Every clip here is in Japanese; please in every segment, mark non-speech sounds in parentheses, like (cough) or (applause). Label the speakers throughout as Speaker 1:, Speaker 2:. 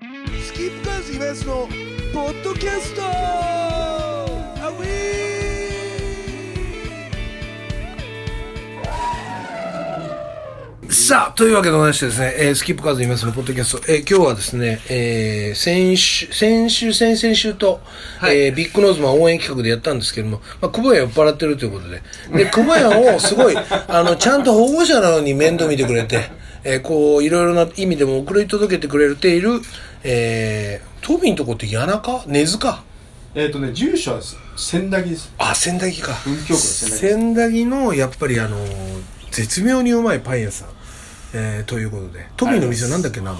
Speaker 1: キープカーズイベントのポッドキャストアウィーさあ、というわけでございましてですね、えースキップカーズイベントのポッドキャスト、えー今日はですね、えー先週、先週、先々週と、
Speaker 2: はい
Speaker 1: えービッグノーズマン応援企画でやったんですけども、まあ、久保屋酔っ払ってるということで、で、久保屋を
Speaker 2: (laughs)
Speaker 1: すごい、あの、ちゃんと保護者なのに面倒見てくれて、えーこう、いろいろな意味でも送り届けてくれている、えー、トビーのとこって谷中根津か
Speaker 2: えっ、とね、住所は千駄木です。
Speaker 1: あ、仙台木か。
Speaker 2: 文京区の仙台木
Speaker 1: 仙台木の、やっぱりあの、絶妙にうまいパン屋さん、えーということで、トビーの店はなんだっけ、名前。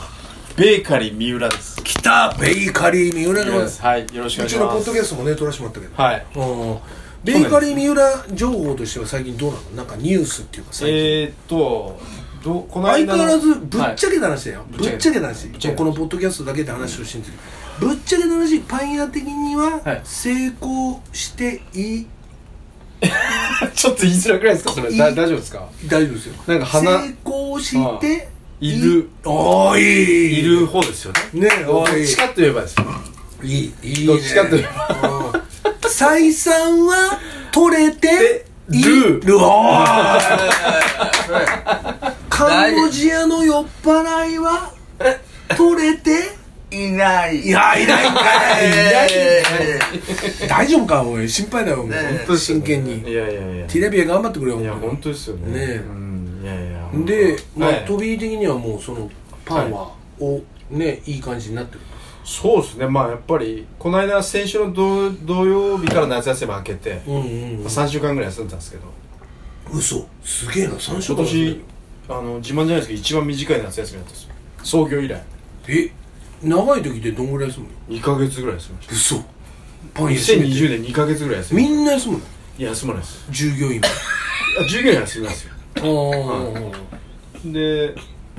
Speaker 3: ベーカリー三浦です。
Speaker 1: 来たベイカリー三浦でございます。
Speaker 3: はい、よろしくお
Speaker 1: う
Speaker 3: 願い
Speaker 1: ち
Speaker 3: し
Speaker 1: の
Speaker 3: ま
Speaker 1: ポッ
Speaker 3: す。
Speaker 1: ドキャストもね、撮らせてもらったけど。
Speaker 3: はい。
Speaker 1: うんベーカリー三浦情報としては最近どうなのなんかニュースっていうか最近、
Speaker 3: えーっと、どこの
Speaker 1: 相変
Speaker 3: 間の
Speaker 1: わらずぶっちゃけた話だよ、
Speaker 3: い
Speaker 1: ぶっちゃけた話
Speaker 3: ぶっちゃけた話
Speaker 1: このポッドキャストだけで話をしてるんだけどぶっちゃけた話パン屋的に
Speaker 3: は
Speaker 1: はい成功していい、
Speaker 3: はいちょっと言いづらくないですかそれ。
Speaker 1: い
Speaker 3: だ大丈夫ですか
Speaker 1: 大丈夫ですよ
Speaker 3: なんか花
Speaker 1: 成功して
Speaker 3: いる、
Speaker 1: おーい
Speaker 3: いる方ですよね。
Speaker 1: ねえ
Speaker 3: ど
Speaker 1: お
Speaker 3: っ
Speaker 1: い
Speaker 3: ちかといえばですよ。
Speaker 1: いいいいね
Speaker 3: どっちかという
Speaker 1: うん採算は取れてい
Speaker 3: る
Speaker 1: るおーいカンボジアの酔っ払いは取れて
Speaker 4: いない。
Speaker 1: いやいないんかい
Speaker 3: (laughs)
Speaker 4: えー
Speaker 1: 大丈夫かおい心配だよお前
Speaker 4: ねえ
Speaker 1: 本当に真剣に
Speaker 3: いやいやいや。
Speaker 1: テレビ頑張ってくれよ
Speaker 3: いや、
Speaker 1: お前
Speaker 3: 本当ですよね。
Speaker 1: ねえ
Speaker 3: うん、いやいや。
Speaker 1: でまあ
Speaker 3: はい
Speaker 1: 飛び的にはもうそのパンはおねいい感じになってる
Speaker 3: そうですね。まあ、やっぱり、この間、先週の土土曜日から夏休み明けて、
Speaker 1: うんうんうん
Speaker 3: 3週間ぐらい休んでたんですけど、
Speaker 1: 嘘すげえな3
Speaker 3: 今
Speaker 1: 食
Speaker 3: 年、あの、自慢じゃないですけど、一番短い夏休みだったんですよ。創業以来。
Speaker 1: え長い時ってどんぐらい休むの
Speaker 3: 2ヶ月ぐらい休みました。
Speaker 1: 嘘パン休めて
Speaker 3: 2020年2ヶ月ぐらい休み
Speaker 1: みんな休むの
Speaker 3: いや休まないです
Speaker 1: 従業
Speaker 3: (laughs)
Speaker 1: 員も
Speaker 3: あ従業員は休みますよ
Speaker 1: あ
Speaker 3: で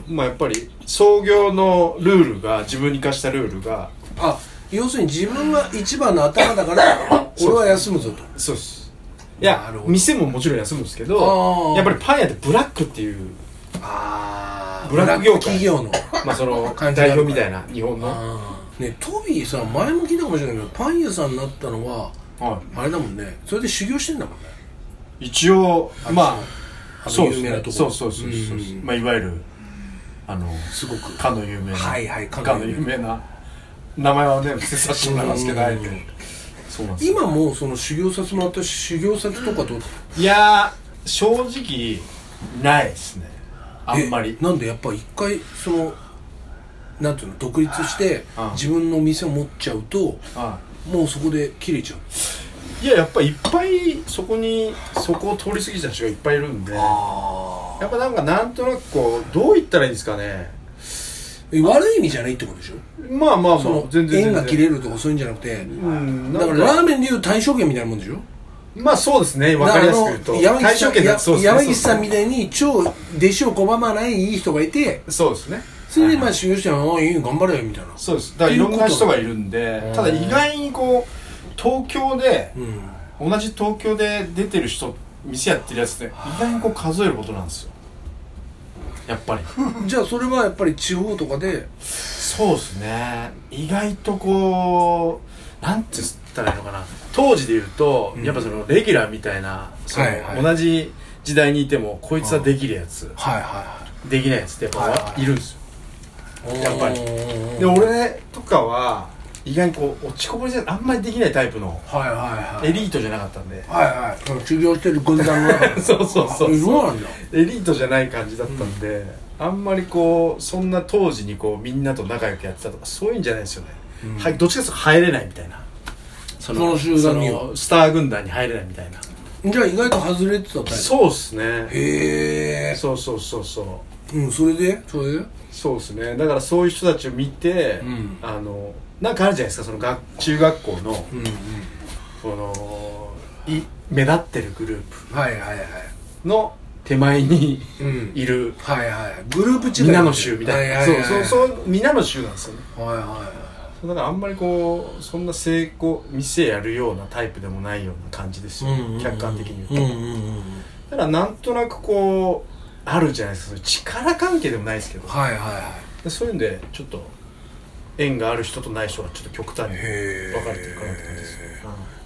Speaker 3: まあやっぱり創業のルールが自分に課したルールが
Speaker 1: ああ要するに自分が一番の頭だ
Speaker 3: (laughs)
Speaker 1: から俺は休むぞと
Speaker 3: そうですい
Speaker 1: な
Speaker 3: や
Speaker 1: るほど
Speaker 3: 店ももちろん休むんですけ
Speaker 1: あ
Speaker 3: ど
Speaker 1: ー
Speaker 3: やっぱりパン屋ってブラックっていう
Speaker 1: あ
Speaker 3: ブラック業界
Speaker 1: 企業の
Speaker 3: まあその
Speaker 1: 感じがあ
Speaker 3: 代
Speaker 1: る
Speaker 3: 表みたいな日本のは
Speaker 1: あーねトビーさ前も聞いたかもしれないけどパン屋さんになったのはいあれだもんねそれで修行してんだもんね
Speaker 3: 一応まあ
Speaker 1: あ
Speaker 3: そ
Speaker 1: の
Speaker 3: うです
Speaker 1: 有名な
Speaker 3: ね
Speaker 1: とこ
Speaker 3: そうそうそうそうん
Speaker 1: ん
Speaker 3: まあいわゆるあの
Speaker 1: すごく
Speaker 3: かの有名な
Speaker 1: はいはいか
Speaker 3: か
Speaker 1: の
Speaker 3: の有名な名前はね伏せさせてもらいますけどあえて
Speaker 1: うん
Speaker 3: そうなんですよ
Speaker 1: 今もうその修行させてもらった修行先とかと
Speaker 3: いやー正直ないですねあんまり
Speaker 1: えなんでやっぱ一回そのなんていうの独立して
Speaker 3: ああ
Speaker 1: 自分の店を持っちゃうと
Speaker 3: あ
Speaker 1: もうそこで切れちゃう
Speaker 3: いややっぱいっぱいそこにそこを通り過ぎた人がいっぱいいるんでや
Speaker 1: あ
Speaker 3: っぱなんかなんとなくこうどう言ったらいいんですかね
Speaker 1: 悪い意味じゃないってことでしょ
Speaker 3: まあまあまあ
Speaker 1: その
Speaker 3: 全然全然
Speaker 1: 縁が切れるとかそういうんじゃなくて
Speaker 3: うん
Speaker 1: だ
Speaker 3: な
Speaker 1: から
Speaker 3: ん
Speaker 1: ラ
Speaker 3: か
Speaker 1: ーメンでいう対象権みたいなもんでしょ
Speaker 3: まあそうですねわかりやすく言うと
Speaker 1: だからあの山岸
Speaker 3: 対
Speaker 1: さ
Speaker 3: 象
Speaker 1: ん
Speaker 3: 権だとそうですね
Speaker 1: や山岸さんみ
Speaker 3: い
Speaker 1: たいに超弟子を拒まないいい人がいて
Speaker 3: そうですね
Speaker 1: それでまあ修行してああいいよ頑張れよみたいな
Speaker 3: そうですだからいろんな人がいるんで
Speaker 1: うん
Speaker 3: ただ意外にこう東京で
Speaker 1: うん
Speaker 3: 同じ東京で出てる人店やってるやつって意外にこう数えることなんですよやっぱり
Speaker 1: じゃあそれはやっぱり地方とかで
Speaker 3: そうですね意外とこうなんて言ったらいいのかな当時で言うと、
Speaker 1: うん
Speaker 3: やっぱそのレギュラーみたいなその、
Speaker 1: はいはい
Speaker 3: 同じ時代にいてもこいつはできるやつ
Speaker 1: はいは
Speaker 3: できないやつってやっぱ、
Speaker 1: はい
Speaker 3: い
Speaker 1: はい
Speaker 3: るんですよ
Speaker 1: い
Speaker 3: やっぱりで
Speaker 1: はい
Speaker 3: 俺とかは意外にこう落ちこぼれじゃあんまりできないタイプの
Speaker 1: はいはい
Speaker 3: エリートじゃなかったんで
Speaker 1: はいはい、うん修行してる軍団の中で
Speaker 3: (laughs) そうそうそう
Speaker 1: あそうなんだ
Speaker 3: エリートじゃない感じだったんで、あんまりこうそんな当時にこうみんなと仲良くやってたとかそういうんじゃないですよね、
Speaker 1: うん
Speaker 3: はいどっちかというと入れないみたいな
Speaker 1: そ
Speaker 3: そ
Speaker 1: の集団には
Speaker 3: そのスター軍団に入れないみたいな
Speaker 1: じゃあ意外と外れてたタイプ
Speaker 3: そうっすね
Speaker 1: へえ
Speaker 3: そうそうそうそう
Speaker 1: うんそれでそれで
Speaker 3: そうっすねだからそういう人たちを見て、
Speaker 1: うん
Speaker 3: あのなんかあるじゃないですかその学中学校の
Speaker 1: うんうん
Speaker 3: このい目立ってるグルー
Speaker 1: はいはいはい
Speaker 3: プの手前に
Speaker 1: うん
Speaker 3: いる
Speaker 1: はいはいグループ違い
Speaker 3: 皆の衆みたいな、
Speaker 1: はいはいはい、
Speaker 3: そうそうそう皆の衆なんですよね
Speaker 1: うはいはいは
Speaker 3: だからあんまりこうそんな成功店やるようなタイプでもないような感じです
Speaker 1: い
Speaker 3: よ、客観的に
Speaker 1: うんう
Speaker 3: 言うと、
Speaker 1: んうんうん
Speaker 3: だからなんとなくこうあるじゃないですかそういう力関係でもないですけど
Speaker 1: はいはいはい
Speaker 3: でそういうんでちょっと縁がある人とない人がちょっと極端に
Speaker 1: へー
Speaker 3: 分かれてるかなって感じですね、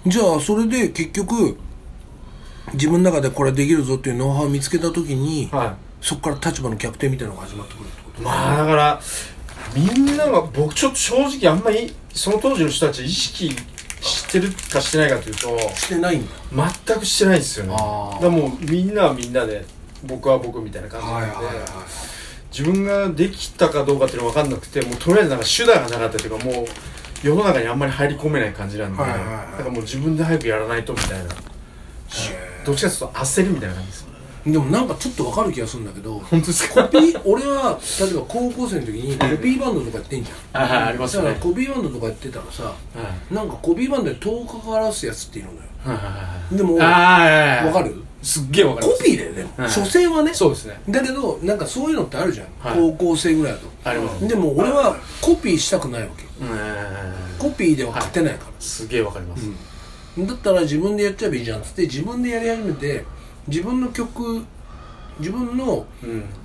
Speaker 1: じゃあそれで結局自分の中でこれできるぞっていうノウハウを見つけた時に、
Speaker 3: うんはい
Speaker 1: そこから立場の逆転みたいなのが始まってくるってこと
Speaker 3: まあだからみんなが僕ちょっと正直あんまりその当時の人たち意識してるかしてないかというと
Speaker 1: してないんだ
Speaker 3: 全くしてないんですよねだ
Speaker 1: あー
Speaker 3: からもうみんなはみんなで僕は僕みたいな感じなんで、自分ができたかどうかっていうのは分かんなくてもうとりあえずなんか手段がなかったというかもう世の中にあんまり入り込めない感じなんで、
Speaker 1: はいはいはい
Speaker 3: だからもう自分で早くやらないとみたいなどっちかというと焦るみたいな感じです
Speaker 1: でもなんかちょっとわかる気がするんだけどコ
Speaker 3: 本当ですか
Speaker 1: ピー俺は例えば高校生の時にコピーバンドとかやってんじゃ
Speaker 3: ああありま
Speaker 1: んだからコピーバンドとかやってたらさなんかコピーバンドで10日が表すやつっているのよでもわ
Speaker 3: ああ
Speaker 1: かる
Speaker 3: すっげえわかりま
Speaker 1: コ
Speaker 3: す
Speaker 1: ピーだよね、
Speaker 3: はい
Speaker 1: 所詮はね
Speaker 3: そうですね
Speaker 1: だけどなんかそういうのってあるじゃん、
Speaker 3: はい
Speaker 1: 高校生ぐらいだと
Speaker 3: あります
Speaker 1: でも俺はコピーしたくないわけコピーでは勝てないから、
Speaker 3: すげえわかります、
Speaker 1: だったら自分でやっちゃえばいいじゃんっつって自分でやり始めて自分の曲自分の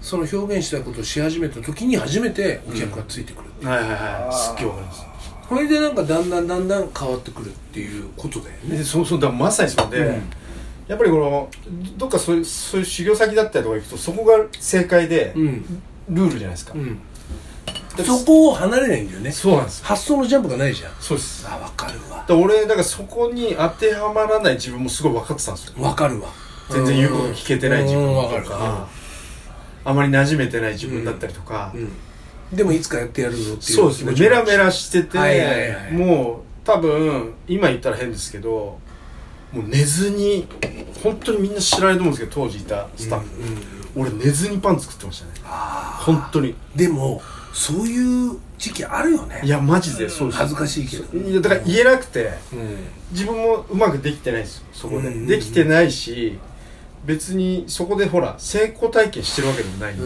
Speaker 1: その表現したいことをし始めた時に初めてお客がついてくる、
Speaker 3: はいはいはいすっげえわかります
Speaker 1: それでなんかだんだんだんだん変わってくるっていうことだよね
Speaker 3: でそうそうだからまさにそうで、やっぱりこのどっかそういうそういう修行先だったりとか行くとそこが正解で、
Speaker 1: うん、
Speaker 3: ルールじゃないですか、
Speaker 1: うん、
Speaker 3: だ
Speaker 1: そこを離れないんだよね
Speaker 3: そうなんです
Speaker 1: 発想のジャンプがないじゃん
Speaker 3: そうです
Speaker 1: あわかるわ
Speaker 3: で俺だからそこに当てはまらない自分もすごい分かってたんですよ
Speaker 1: わかるわ
Speaker 3: 全然言うこと聞けてない自分
Speaker 1: うんわ
Speaker 3: と
Speaker 1: かる
Speaker 3: かあまり馴染めてない自分だったりとか、
Speaker 1: うんでもいつかやってやるぞっていう
Speaker 3: そうですねメラメラしてて、
Speaker 1: はいはいはい
Speaker 3: もう多分今言ったら変ですけどもう寝ずに本当にみんな知らないと思うんですけど当時いたスタッフ、俺寝ずにパン作ってましたね本当に
Speaker 1: でもそういう時期あるよね
Speaker 3: いやマジでそうです
Speaker 1: 恥ずかしいけど
Speaker 3: いやだから言えなくて
Speaker 1: うん
Speaker 3: 自分もうまくできてないんですよそ
Speaker 1: う
Speaker 3: こで、
Speaker 1: んうんうん
Speaker 3: できてないし別にそこでほら成功体験してるわけでもないんで、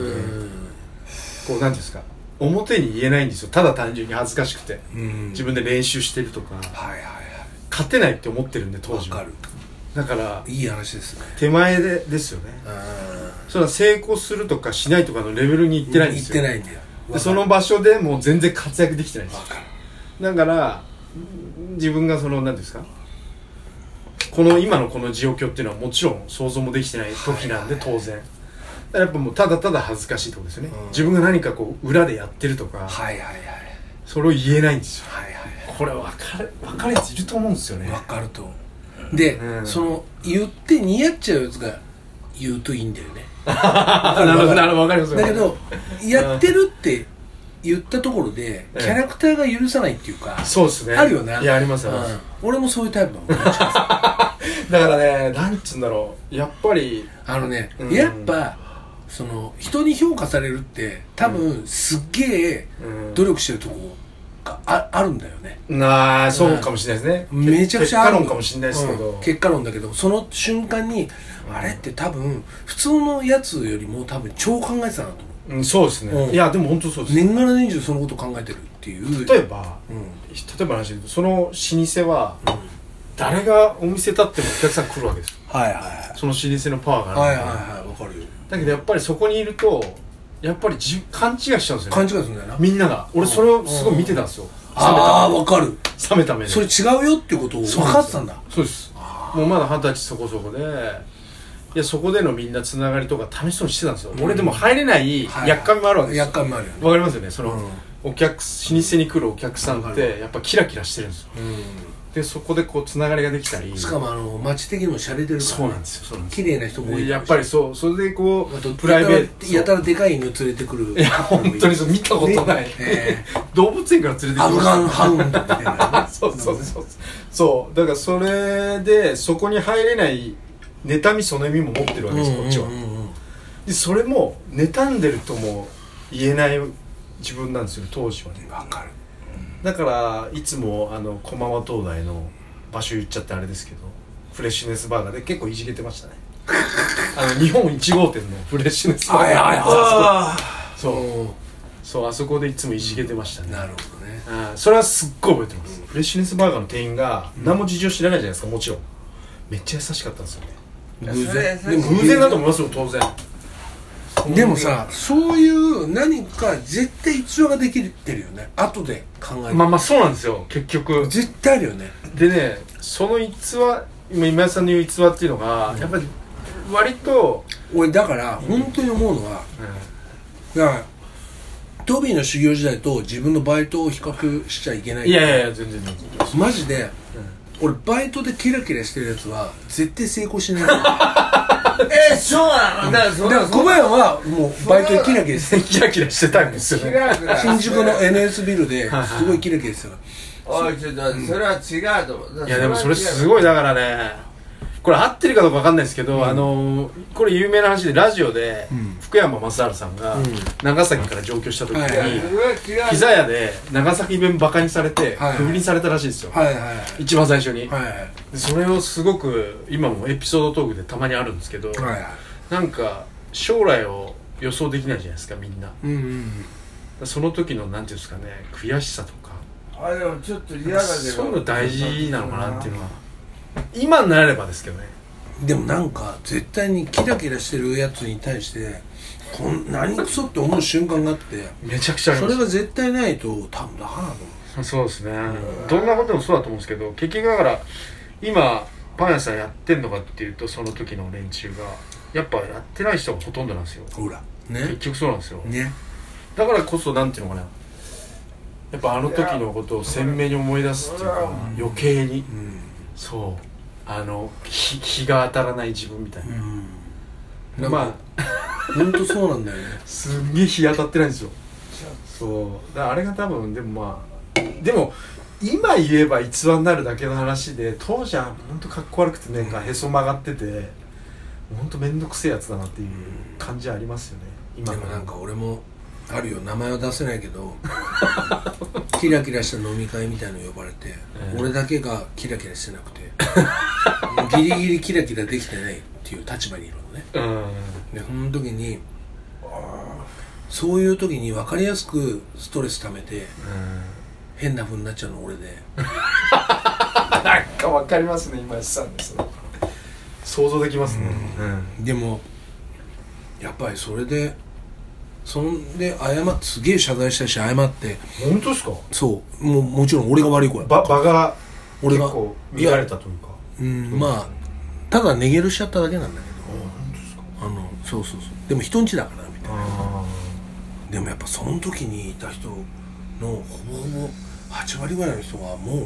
Speaker 3: こうなんていうんですか表に言えないんですよただ単純に恥ずかしくて、
Speaker 1: うん
Speaker 3: 自分で練習してるとか
Speaker 1: はいはいは
Speaker 3: 勝てないって思ってるんで当
Speaker 1: いわ
Speaker 3: 時は
Speaker 1: かる
Speaker 3: だから
Speaker 1: いい話ですね
Speaker 3: 手前でですよねそれは成功するとかしないとかのレベルに行ってないんですよ
Speaker 1: 行ってないんだよ
Speaker 3: でその場所でもう全然活躍できてないんですよ
Speaker 1: わかる
Speaker 3: だからん自分がその何ですかこの今のこの状況っていうのはもちろん想像もできてない時なんで当然だからやっぱもうただただ恥ずかしいとこですよね、自分が何かこう裏でやってるとか、
Speaker 1: はいはいはい
Speaker 3: それを言えないんですよ
Speaker 1: はいは
Speaker 3: これ分かる分かるやついると思うんですよね
Speaker 1: いわかると思うで
Speaker 3: うん
Speaker 1: その言って似合っちゃうやつが言うといいんだよね
Speaker 3: あ (laughs) なるほどなるほど分かります
Speaker 1: だけどやってるって言ったところで
Speaker 3: ええ
Speaker 1: キャラクターが許さないっていうか
Speaker 3: そうですね
Speaker 1: あるよない
Speaker 3: やありますあります、
Speaker 1: うん俺もそういうタイプだもん
Speaker 3: だからねなんつうんだろうやっぱり
Speaker 1: あのね、
Speaker 3: うん
Speaker 1: やっぱその人に評価されるって多分すっげえ
Speaker 3: うん
Speaker 1: 努力してるとこがああるんだよね
Speaker 3: なあそうかもしれないですね、
Speaker 1: めちゃくちゃある
Speaker 3: 結果論かもしれないですけど、
Speaker 1: うん結果論だけどその瞬間にあれって多分普通のやつよりも多分超考えてたなと思
Speaker 3: うん、そうですね、
Speaker 1: うん
Speaker 3: いやでも本当そうで
Speaker 1: う
Speaker 3: す、ね、
Speaker 1: 年がら年中そのこと考えてるっていう
Speaker 3: 例えば
Speaker 1: うん
Speaker 3: 例えばの話で言うとその老舗は、誰がお店立ってもお客さん来るわけですよ
Speaker 1: はいは
Speaker 3: その老舗のパワー
Speaker 1: い
Speaker 3: があ
Speaker 1: はいはい
Speaker 3: るんで
Speaker 1: はいわかるよ
Speaker 3: だけどやっぱりそこにいるとやっぱりじ勘違いしちゃうんですよ
Speaker 1: 勘違い
Speaker 3: ね
Speaker 1: するんだよな
Speaker 3: みんなが俺それをすごい見てたんですよ
Speaker 1: ああわかる
Speaker 3: 冷めた目で
Speaker 1: それ違うよっていうことを分かってたんだ
Speaker 3: そうですもうまだ二十歳そこそこでいやそこでのみんなつながりとか楽しそうにしてたんですよ、俺でも入れない
Speaker 1: はい
Speaker 3: やっかみもあるわけですよ
Speaker 1: やっかみもあるよね
Speaker 3: わかりますよねその、
Speaker 1: うん
Speaker 3: お客老舗に来るお客さん
Speaker 1: わ
Speaker 3: っ
Speaker 1: かる
Speaker 3: てやっぱキラキラしてるんですよでそこでこうつながりができたり
Speaker 1: しかもあの街的にも洒落てるから
Speaker 3: そうなんですよそうなんです
Speaker 1: 綺麗な人も多い
Speaker 3: でやっぱりそうそれでこ
Speaker 1: あ
Speaker 3: う
Speaker 1: と
Speaker 3: プライベー
Speaker 1: やた
Speaker 3: ト
Speaker 1: らやたらでかい犬連れてくるいや
Speaker 3: そう本当にそう見たことない、
Speaker 1: え
Speaker 3: 動物園から連れて
Speaker 1: ア
Speaker 3: き
Speaker 1: フ
Speaker 3: ま
Speaker 1: ガン
Speaker 3: し
Speaker 1: ハウンドみたいな
Speaker 3: た (laughs) そうそうそうそうそうだからそれでそこに入れない妬みその意味も持ってるわけですこっちは、
Speaker 1: うんうんうんうん
Speaker 3: でそれも妬んでるとも言えない自分なんですよ当時はね
Speaker 1: わかる
Speaker 3: だからいつもあの駒場東大の場所言っちゃってあれですけどフレッシュネスバーガーで結構いじけてました
Speaker 1: (laughs)
Speaker 3: ねあの日本1号店のフレッシュネスバーガー
Speaker 1: はいはいは
Speaker 3: そうそう
Speaker 1: お
Speaker 3: そうあそこでいつもいじけてましたね
Speaker 1: なるほどね
Speaker 3: あーそれはすっごい覚えてます、フレッシュネスバーガーの店員が何も事情知らないじゃないですかもちろんめっちゃ優しかったんですよ
Speaker 1: 偶
Speaker 3: ね
Speaker 1: 然
Speaker 4: それ
Speaker 1: でも
Speaker 3: 偶然だと思いますよ当然
Speaker 1: でもさそういう何か絶対逸話ができてるよね後で考える、
Speaker 3: まあまあそうなんですよ結局
Speaker 1: 絶対あるよね
Speaker 3: でねその逸話今今井さんの言う逸話っていうのが、やっぱり割と、
Speaker 1: 俺だから本当に思うのは、だからトビーの修行時代と自分のバイトを比較しちゃいけない
Speaker 3: いやいやいや全然全然
Speaker 1: マジで、俺バイトでキラキラしてるやつは絶対成功しないと思うだか
Speaker 4: えそうなのだからそ
Speaker 1: ら小林はもうバイトでキラキラして
Speaker 3: (laughs) キラキラしてたんですよ
Speaker 4: キ
Speaker 3: ね
Speaker 4: ラキラ
Speaker 1: 新宿の NS ビルですごいキラキラしてた
Speaker 4: おいちょっとそれは違うと思う
Speaker 3: い
Speaker 4: い
Speaker 3: やでもそれす
Speaker 4: い
Speaker 3: ごいだからねこれ合ってるかどうかわかんないですけど、あのこれ有名な話でラジオで福山雅治さんが長崎から上京した時に、
Speaker 1: はいはい
Speaker 4: それは違う
Speaker 3: ピザ屋で長崎弁バカにされて
Speaker 1: はい
Speaker 3: クビにされたらしいんですよ、
Speaker 1: はいはい
Speaker 3: 一番最初に、
Speaker 1: はい
Speaker 3: でそれをすごく今もエピソードトークでたまにあるんですけど、
Speaker 1: はいはい
Speaker 3: なんか将来を予想できないじゃないですかみんな
Speaker 1: うんうん
Speaker 3: その時のなんていうんですかね悔しさとか
Speaker 4: あでもちょっと嫌だけど
Speaker 3: そういうの大事なのかなっていうのは今になればですけどね
Speaker 1: うんでもなんか絶対にキラキラしてるやつに対してこん何クソって思う瞬間があって
Speaker 3: めちゃくちゃあり
Speaker 1: そ
Speaker 3: ま
Speaker 1: れ
Speaker 3: す
Speaker 1: が絶対ないと多分だかなと思う
Speaker 3: そうですねどんなことでもそうだと思うんですけど結局だから今パン屋さんやってんのかっていうとその時の連中がやっぱやってない人がほとんどなんですよ
Speaker 1: ほら
Speaker 3: 結
Speaker 1: ね
Speaker 3: 局そうなんですよ
Speaker 1: ね
Speaker 3: だからこそなんていうのかなやっぱあの時のことを鮮明に思い出すっていうか余計に
Speaker 1: うん
Speaker 3: そうあの日日が当たらない自分みたいな、
Speaker 1: うん
Speaker 3: ま
Speaker 1: ま
Speaker 3: あ
Speaker 1: あ本当そうなんだよね
Speaker 3: すんげえ日当たってないんですよそうだからあれが多分でもまあでも今言えば逸話になるだけの話で当時は本当かっこ悪くてねなんかへそ曲がってて本当面倒くせえやつだなっていう感じはありますよね
Speaker 1: (laughs)
Speaker 3: 今
Speaker 1: で
Speaker 3: の
Speaker 1: もなんか俺もあるよ名前は出せないけ (laughs) どキラキラした飲み会みたいの呼ばれて、
Speaker 3: ええ
Speaker 1: 俺だけがキラキラしてなくてもう (laughs) ギリギリキラキラできてないっていう立場にいるのね
Speaker 3: うん
Speaker 1: でその時にそういう時に分かりやすくストレス溜めて変な風になっちゃうの俺で
Speaker 3: なんかわかりますね今井さんです想像できますね
Speaker 1: でもやっぱりそれでそんで謝ってすげえ謝罪したし謝って
Speaker 3: うん、本当ですか
Speaker 1: そうもうもちろん俺が悪い子や
Speaker 3: 場場が
Speaker 1: 俺がいや
Speaker 3: たというか
Speaker 1: うんまあただ逃げるしちゃっただけなんだけどあのそうそうそうでも人んちだからみたいな
Speaker 3: あ
Speaker 1: でもやっぱその時にいた人のほぼほぼ8割ぐらいの人はもう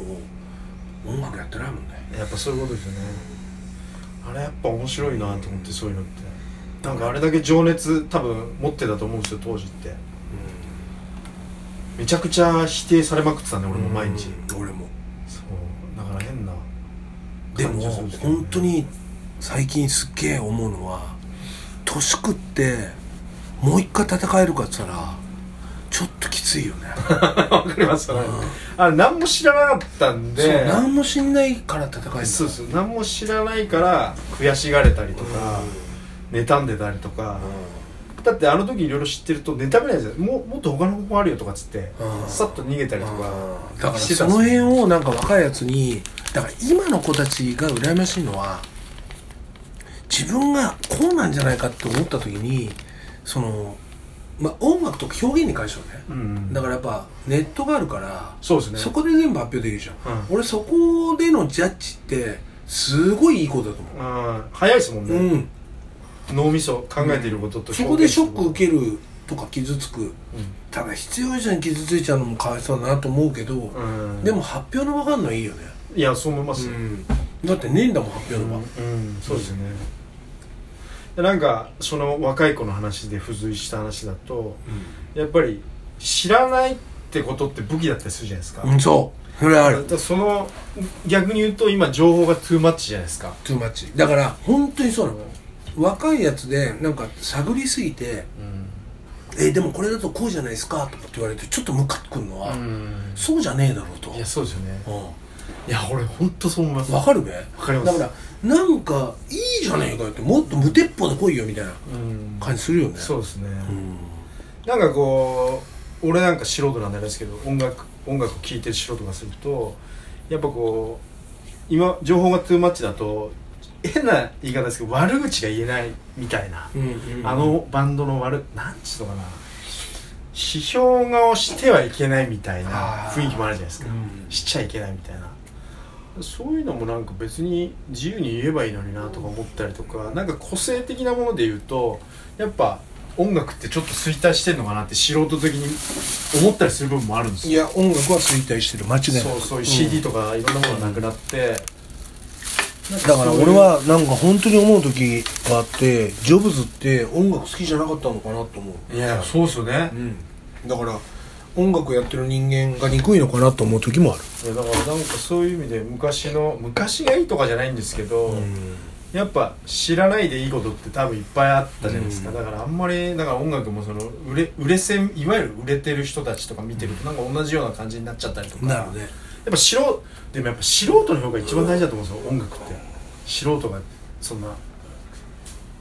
Speaker 1: 音楽やってないもんね
Speaker 3: あやっぱそういうことですよねあれやっぱ面白いなと思ってそういうのってなんかあれだけ情熱多分持ってたと思うんですよ当時ってめちゃくちゃ否定されまくってたね俺も毎日
Speaker 1: うん俺も
Speaker 3: そうだから変な
Speaker 1: で
Speaker 3: 感
Speaker 1: も
Speaker 3: じはするんですけどね
Speaker 1: 本当に最近すっげえ思うのは年食ってもう一回戦えるかっつったらちょっときついよね
Speaker 3: (laughs) わかりますあれ何も知らなかったんで
Speaker 1: そう何もしんないから戦えるんだ
Speaker 3: そうそう何も知らないから悔しがれたりとか妬んでたりとかだってあの時いろいろ知ってると妬めないじゃんもうもっと他の方法あるよとかっつって
Speaker 1: うん
Speaker 3: さっと逃げたりとか
Speaker 1: だからその辺をなんか若いやつにだから今の子たちが羨ましいのは自分がこうなんじゃないかって思った時にその、まあ、音楽とか表現に関してはね、
Speaker 3: うん
Speaker 1: だからやっぱネットがあるから
Speaker 3: そうですね
Speaker 1: そこで全部発表できるじゃん、俺そこでのジャッジってすごいいいことだと思
Speaker 3: うん早いですもん
Speaker 1: う、う
Speaker 3: ね
Speaker 1: ん、
Speaker 3: 脳みそ考えていることと
Speaker 1: そこでショック
Speaker 3: ク
Speaker 1: 受けるとか傷つくただ必要以上に傷ついちゃうのもかわいそうだなと思うけど、で
Speaker 3: でも
Speaker 1: も発表の場があるのはいいよね
Speaker 3: いやそう思います
Speaker 1: だってねえんだもん発表の場、
Speaker 3: うんそうですよねでなんかその若い子の話で付随した話だとやっぱり知らないってことって武器だったりするじゃないですか
Speaker 1: うん、そうそれはあ
Speaker 3: だ
Speaker 1: る
Speaker 3: からその逆に言うと今情報がトゥーマッチじゃないですか
Speaker 1: トゥーマッチだから本当にそうなの若いやつでなんか探りすぎて「えでもこれだとこうじゃないですか」とかって言われてちょっとムカってくるのは、
Speaker 3: うん
Speaker 1: そうじゃねえだろうと
Speaker 3: いやそうですよね
Speaker 1: う
Speaker 3: いや俺本当そう思います
Speaker 1: んわかるべわ
Speaker 3: かります
Speaker 1: だからなんかいいじゃねえかよってもっと無鉄砲で来いよみたいな
Speaker 3: うん
Speaker 1: 感じするよね
Speaker 3: そうですね、
Speaker 1: うん
Speaker 3: なんかこう俺なんか素人なんであれですけど音楽音楽を聴いてる素人がするとやっぱこう今情報がトゥーマッチだと変な言い方ですけど悪口が言えないみたいな、あのバンドの悪なんつうのかな批評がをしてはいけないみたいな
Speaker 2: あー
Speaker 3: 雰囲気もあるじゃないですか、
Speaker 2: うん
Speaker 3: しちゃいけないみたいなそういうのもなんか別に自由に言えばいいのになとか思ったりとかなんか個性的なもので言うとやっぱ音楽ってちょっと衰退してんのかなって素人的に思ったりする部分もあるんですよ
Speaker 1: いや音楽は衰退してる間違いない
Speaker 3: そうそういう CD とかいろんなものがなくなって、
Speaker 1: だから俺はなんか本当に思う時があってジョブズって音楽好きじゃなかったのかなと思う
Speaker 3: いやそうっすよね、い
Speaker 1: だから音楽やってる人間が憎いのかなと思う時もある
Speaker 3: やだからなんかそういう意味で昔の昔がいいとかじゃないんですけど、やっぱ知らないでいいことって多分いっぱいあったじゃないですか、だからあんまりだから音楽もその売れ売れ線いわゆる売れてる人たちとか見てるとなんか同じような感じになっちゃったりとか
Speaker 1: なるね
Speaker 3: やっぱ素人でもやっぱ素人の方が一番大事だと思うんですよ音楽って素人がそんな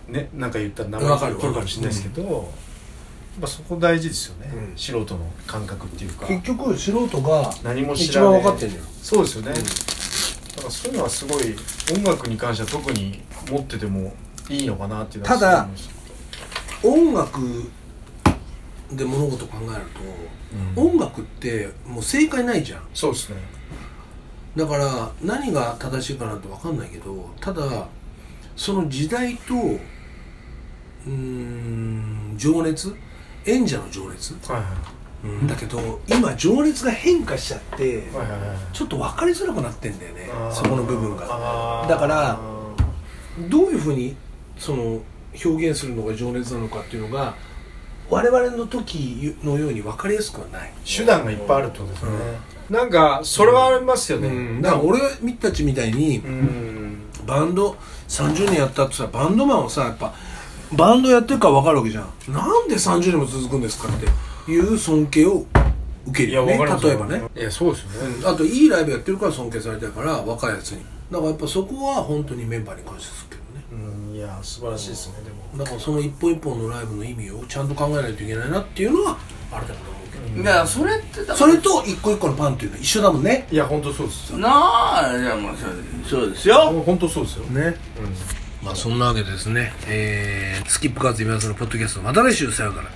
Speaker 3: ねなんか言ったら名前
Speaker 1: わかる
Speaker 3: 取るかもしれないですけど、やっぱそこ大事ですよね、
Speaker 1: うん
Speaker 3: 素人の感覚っていうか
Speaker 1: 結局素人が
Speaker 3: 何も知
Speaker 1: 一
Speaker 3: らな
Speaker 1: 番
Speaker 3: い
Speaker 1: 分かってんだよ
Speaker 3: そうですよね、だからそういうのはすごい音楽に関しては特に持っててもいいのかなっていうのは
Speaker 1: ただ
Speaker 3: すごい思います
Speaker 1: 音楽で物事考えると、
Speaker 3: うん
Speaker 1: 音楽ってもう正解ないじゃん
Speaker 3: そうですね
Speaker 1: だから何が正しいかなんて分かんないけどただその時代とうーん情熱演者の情熱、
Speaker 3: はいは
Speaker 1: だけど今情熱が変化しちゃって
Speaker 3: いはいはいはい
Speaker 1: ちょっと分かりづらくなってんだよね
Speaker 3: あー
Speaker 1: そこの部分が
Speaker 3: あー
Speaker 1: だからどういうふうにその表現するのが情熱なのかっていうのが我々の時のように分かりやすくはない、
Speaker 3: 手段がいっぱいあるってことですね、なんかそれはありますよね、
Speaker 1: だから俺たちみたいに
Speaker 3: うん
Speaker 1: バンド30年やったってさバンドマンをさやっぱバンドやってるから分かるわけじゃんなんで30年も続くんですかっていう尊敬を受けるよね
Speaker 3: わかります
Speaker 1: 例えばね
Speaker 3: いやそうですよね、
Speaker 1: あといいライブやってるから尊敬されてるから若いやつにだからやっぱそこは本当にメンバーに感謝するけどね
Speaker 3: うんいや素晴らしいですねでも
Speaker 1: だからその一本一本のライブの意味をちゃんと考えないといけないなっていうのはあれだと思うけど、
Speaker 4: だからそれってだ
Speaker 1: それと一個一個のパンっていうのは一緒だもんね
Speaker 3: いや本当そうですよ
Speaker 4: なあじゃあもうそうそうですよ
Speaker 3: 本当そうですよ
Speaker 1: ね、まあそんなわけでですね、えー、スキップカーズ今のポッドキャストまた来週さようなら